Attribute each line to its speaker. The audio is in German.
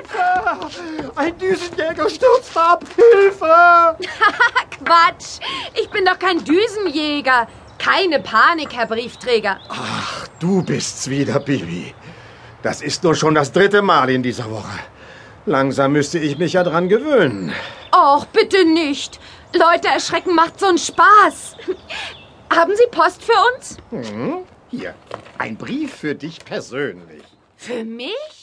Speaker 1: Hilfe! Ein Düsenjäger stürzt ab! Hilfe!
Speaker 2: Quatsch! Ich bin doch kein Düsenjäger. Keine Panik, Herr Briefträger.
Speaker 1: Ach, du bist's wieder, Bibi. Das ist nur schon das dritte Mal in dieser Woche. Langsam müsste ich mich ja dran gewöhnen.
Speaker 2: Och, bitte nicht. Leute erschrecken macht so'n Spaß. Haben Sie Post für uns?
Speaker 1: Hier, ein Brief für dich persönlich.
Speaker 2: Für mich?